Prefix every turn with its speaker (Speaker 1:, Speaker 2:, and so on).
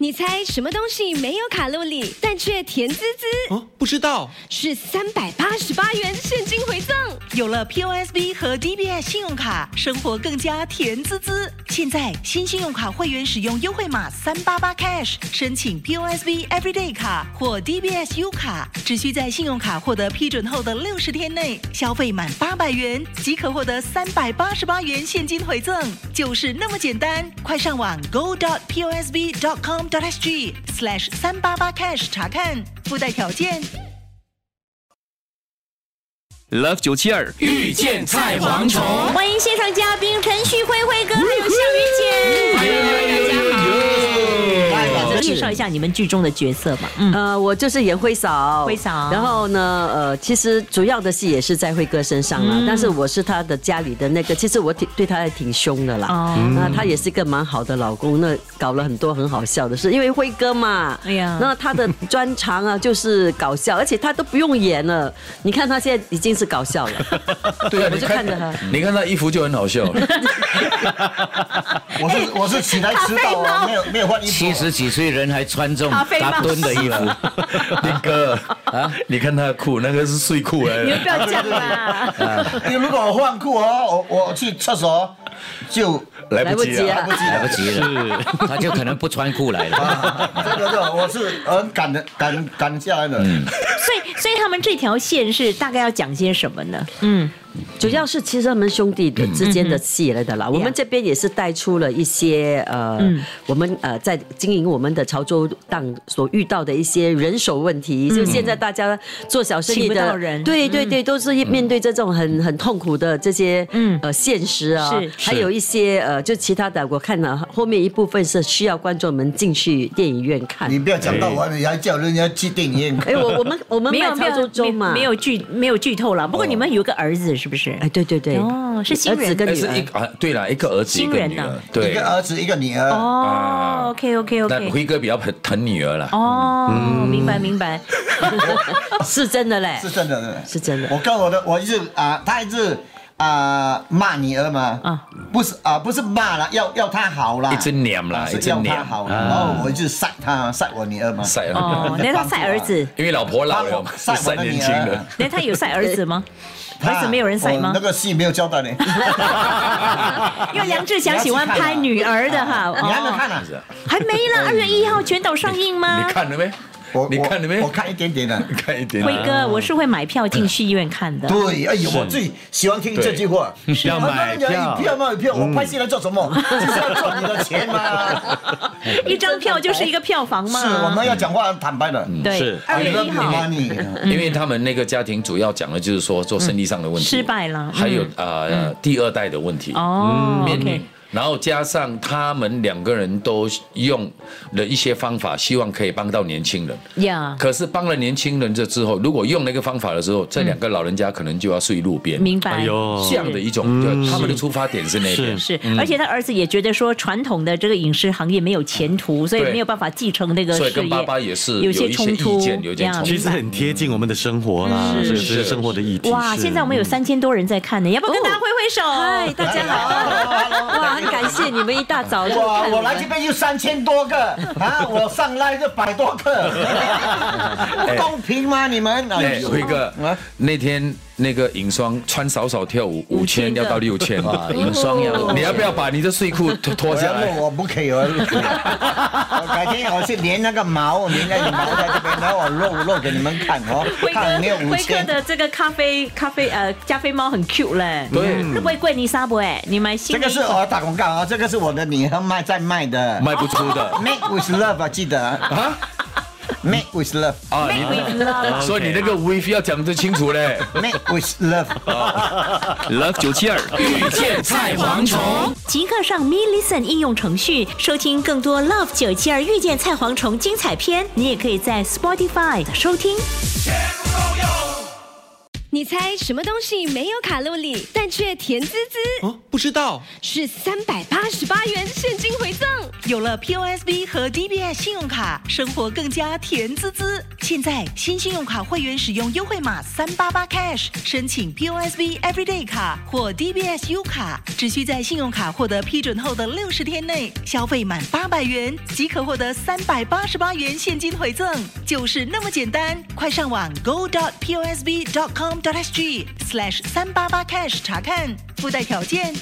Speaker 1: 你猜什么东西没有卡路里，但却甜滋滋？
Speaker 2: 哦，不知道，
Speaker 1: 是三百八十八元现金回赠。
Speaker 3: 有了 POSB 和 DBS 信用卡，生活更加甜滋滋。现在新信用卡会员使用优惠码三八八 cash 申请 POSB Everyday 卡或 DBS U 卡，只需在信用卡获得批准后的六十天内消费满八百元，即可获得三百八十八元现金回赠，就是那么简单。快上网 go.posb.com.sg/slash 三八八 cash 查看，附带条件。
Speaker 4: Love 九七二
Speaker 5: 遇见菜蝗虫。
Speaker 6: 欢迎现场嘉宾陈旭辉辉哥，还有向云姐。
Speaker 7: 来，
Speaker 8: 哦
Speaker 7: 两个
Speaker 6: 介
Speaker 7: 字
Speaker 6: 绍一下你们剧中的角色吧。嗯，
Speaker 7: 呃，我就是也会扫，
Speaker 6: 会扫
Speaker 7: 然后呢，呃，其实主要的戏也是在辉哥身上
Speaker 6: 嗯
Speaker 7: 啦，但是我是他的家里的那个，其实我挺对他还挺凶的啦。
Speaker 6: 哦
Speaker 7: 那他也是一个蛮好的老公，那搞了很多很好笑的事，因为辉哥嘛，
Speaker 6: 哎呀
Speaker 7: 那他的专长啊就是搞笑，而且他都不用演了，你看他现在已经是搞笑了，
Speaker 5: 对啊，
Speaker 7: 我
Speaker 5: 你
Speaker 7: 就
Speaker 5: 看
Speaker 7: 看着他，
Speaker 5: 你看他衣服就很好 笑。
Speaker 8: 我是我是起来迟到啊，没有没有换衣服。
Speaker 5: 七十几岁人还穿这种
Speaker 6: 咖啡帽
Speaker 5: 打蹲的衣服， 林哥啊，你看他的裤，那个是睡裤来
Speaker 6: 你
Speaker 5: 的
Speaker 6: 们。不要讲
Speaker 5: 啊
Speaker 6: 啦。
Speaker 8: 你如果我换裤哦，我我去厕所就
Speaker 5: 来不及
Speaker 7: 来
Speaker 5: 了，
Speaker 7: 不及
Speaker 5: 来不及了，他就可能不穿裤来了。
Speaker 8: 啊， 这个这个我是很赶的赶赶下来的。
Speaker 5: 嗯
Speaker 6: 所以，所以他们这条线是大概要讲些什么呢？嗯，
Speaker 7: 主要是其实他们兄弟的之间的戏来的啦。我们
Speaker 6: Yeah
Speaker 7: 这边也是带出了一些呃，
Speaker 6: 嗯
Speaker 7: 我们呃在经营我们的潮州档所遇到的一些人手问题，就现在大家做小生意
Speaker 6: 嗯请不到
Speaker 7: 的
Speaker 6: 人
Speaker 7: 对对对，都是面对这种很很痛苦的这些
Speaker 6: 嗯
Speaker 7: 呃现实啊
Speaker 6: 是，
Speaker 7: 还有一些呃就其他的，我看了后面一部分是需要观众们进去电影院看
Speaker 8: 你。不要讲
Speaker 5: 哎
Speaker 8: 到我，你还叫人家去电影院看。
Speaker 7: 哎，我我们我们
Speaker 6: 没
Speaker 7: 卖
Speaker 6: 有没
Speaker 7: 潮
Speaker 6: 有
Speaker 7: 州粥嘛，
Speaker 6: 没有剧没有剧透了。不过你们有个儿子是不是？
Speaker 7: 哎，对对对，
Speaker 6: 哦是新
Speaker 7: 儿
Speaker 6: 人
Speaker 7: 子跟
Speaker 5: 但
Speaker 7: 女
Speaker 5: 是
Speaker 7: 儿
Speaker 5: 一。啊，对了，一个儿子，一
Speaker 6: 新
Speaker 5: 个
Speaker 6: 人
Speaker 5: 女
Speaker 6: 呐
Speaker 5: 儿，
Speaker 8: 一
Speaker 5: 对
Speaker 8: 个。儿子一个女儿，
Speaker 6: 哦
Speaker 5: 啊
Speaker 6: ，OK OK
Speaker 5: 但
Speaker 6: OK。
Speaker 5: 辉哥比较疼疼女儿啦。
Speaker 6: 哦，明白明 白。
Speaker 7: 是真的嘞，
Speaker 8: 嗯是真的，真的
Speaker 7: 是真的
Speaker 8: 我跟我的，我一直啊，他一直啊骂女儿嘛，
Speaker 6: 啊
Speaker 8: 不是啊，不是骂了，要要她好啦，
Speaker 5: 一直撵啦
Speaker 8: 啊
Speaker 5: 一
Speaker 8: 是
Speaker 5: 直
Speaker 8: 要
Speaker 5: 撵
Speaker 8: 她好啦，然后我一直晒她，晒我女儿嘛，
Speaker 5: 晒了，
Speaker 6: 哦，那他晒儿 子，
Speaker 5: 因为老婆老了嘛，
Speaker 8: 晒我
Speaker 5: 晒
Speaker 8: 的
Speaker 5: 年
Speaker 8: 女
Speaker 5: 轻
Speaker 8: 儿
Speaker 5: 的。。
Speaker 6: 那他有晒儿子吗？儿子没有人晒
Speaker 8: 我
Speaker 6: 吗
Speaker 8: 那？个戏没有交 代你，
Speaker 6: 因为梁志祥喜欢拍女儿的哈。
Speaker 8: 你还没
Speaker 6: 哦，
Speaker 8: 看啊？
Speaker 6: 还没了，二月一号全岛上映吗
Speaker 5: 你？看了没？
Speaker 8: 我
Speaker 5: 哦你
Speaker 8: 我
Speaker 5: 看了没
Speaker 8: 我？看一点点啊的。
Speaker 5: 看一点啊
Speaker 6: 辉哥，我是会买票进戏院看的。
Speaker 8: 对，哎呦，我最喜欢听这句话，啊
Speaker 2: 要买
Speaker 8: 很多人
Speaker 2: 票
Speaker 8: 讲一票卖一票，我拍戏来做什么？就是要赚你的 钱嘛。
Speaker 6: 一张票就是一个票房嘛。
Speaker 8: 是，我们要讲话很坦白的。
Speaker 6: 对
Speaker 2: 是，
Speaker 6: 二月一号
Speaker 8: 你你
Speaker 5: 因为他们那个家庭主要讲的就是说做生意上的问题，
Speaker 6: 失败了嗯
Speaker 5: 还有呃第二代的问题，
Speaker 6: 哦
Speaker 5: 面临
Speaker 6: ，OK，
Speaker 5: 然后加上他们两个人都用了一些方法，希望可以帮到年轻人。
Speaker 6: 呀，
Speaker 5: 可是帮了年轻人这之后，如果用那个方法的时候，这两个老人家可能就要睡路边。
Speaker 6: 明白
Speaker 2: 哎，呦
Speaker 5: 这样的一种，就他们的出发点是那边
Speaker 2: 是。
Speaker 6: 是，而且他儿子也觉得说传统的这个影视行业没有前途，所以
Speaker 5: 嗯对
Speaker 6: 没有办法继承那个事
Speaker 5: 所
Speaker 6: 业。
Speaker 5: 以跟爸爸也是
Speaker 6: 有
Speaker 5: 有
Speaker 6: 些
Speaker 5: 一些
Speaker 6: 冲
Speaker 5: 意
Speaker 6: 突
Speaker 5: 见，有一些
Speaker 6: 呀
Speaker 5: 冲突
Speaker 2: 其。实很贴近我们的生活啦，
Speaker 6: 是
Speaker 2: 这个
Speaker 5: 嗯是
Speaker 2: 是生活的议题。
Speaker 6: 哇，
Speaker 2: 是
Speaker 6: 现在我们
Speaker 5: 嗯
Speaker 6: 有三千多人在看呢，要不要跟
Speaker 7: 哦
Speaker 6: 大家挥挥手？
Speaker 7: 嗨，大家好！哇，很感谢你们一大早就
Speaker 8: 哇，
Speaker 7: 看
Speaker 8: 我
Speaker 7: 我
Speaker 8: 来
Speaker 7: 们。
Speaker 8: 这边就三千多 个啊，我上来就百多个，不公平吗？你们？哎
Speaker 5: 哎，
Speaker 8: 呦
Speaker 5: 辉哥
Speaker 4: 嗯
Speaker 8: 啊，
Speaker 5: 那天那个尹双穿少少跳舞，五千要到六千，
Speaker 4: 哇，银双要
Speaker 5: 你要不要把你的睡 裤脱脱
Speaker 8: 我
Speaker 5: 下
Speaker 8: 要
Speaker 5: 来
Speaker 8: 问？我不可以 哦，我改天我去连那个毛，连那个毛在这边，然后我露露给你们看哦
Speaker 6: 辉，
Speaker 8: 看有没有
Speaker 6: 哥，
Speaker 8: 五
Speaker 6: 辉哥
Speaker 8: 千。
Speaker 6: 的这个咖啡咖啡呃加菲猫很 cute 嘞，
Speaker 5: 对
Speaker 6: 会不会贵？你杀不？哎，你买新
Speaker 8: 这
Speaker 6: 的
Speaker 8: 个
Speaker 6: 衣
Speaker 8: 是
Speaker 6: 服
Speaker 8: 我打广告啊，这个是我的女儿卖在卖的
Speaker 5: 卖不出 的
Speaker 8: ，Make with love 啊，记得啊，Make with
Speaker 5: 啊！你所以你那个 wave 要讲得清楚嘞。
Speaker 8: love，Make with love。
Speaker 4: Love 九七二
Speaker 5: 遇见菜蝗虫，
Speaker 6: 即刻上 Me Listen 应用程序收听更多 Love 九七二遇见菜蝗虫精彩片。你也可以在 Spotify 收听。
Speaker 1: 你猜什么东西没有卡路里，但却甜滋滋？
Speaker 2: 啊哦，不知道，
Speaker 1: 是三百八十八元现金回赠，
Speaker 3: 有了 POSB 和 DBS 信用卡，生活更加甜滋滋。现在新信用卡会员使用优惠码三八八 cash 申请 POSB Everyday 卡或 DBS U 卡，只需在信用卡获得批准后的六十天内消费满八百元，即可获得三百八十八元现金回赠，就是那么简单。快上网 go.posb.com.sg/slash 三八八 cash 查看，附带条件。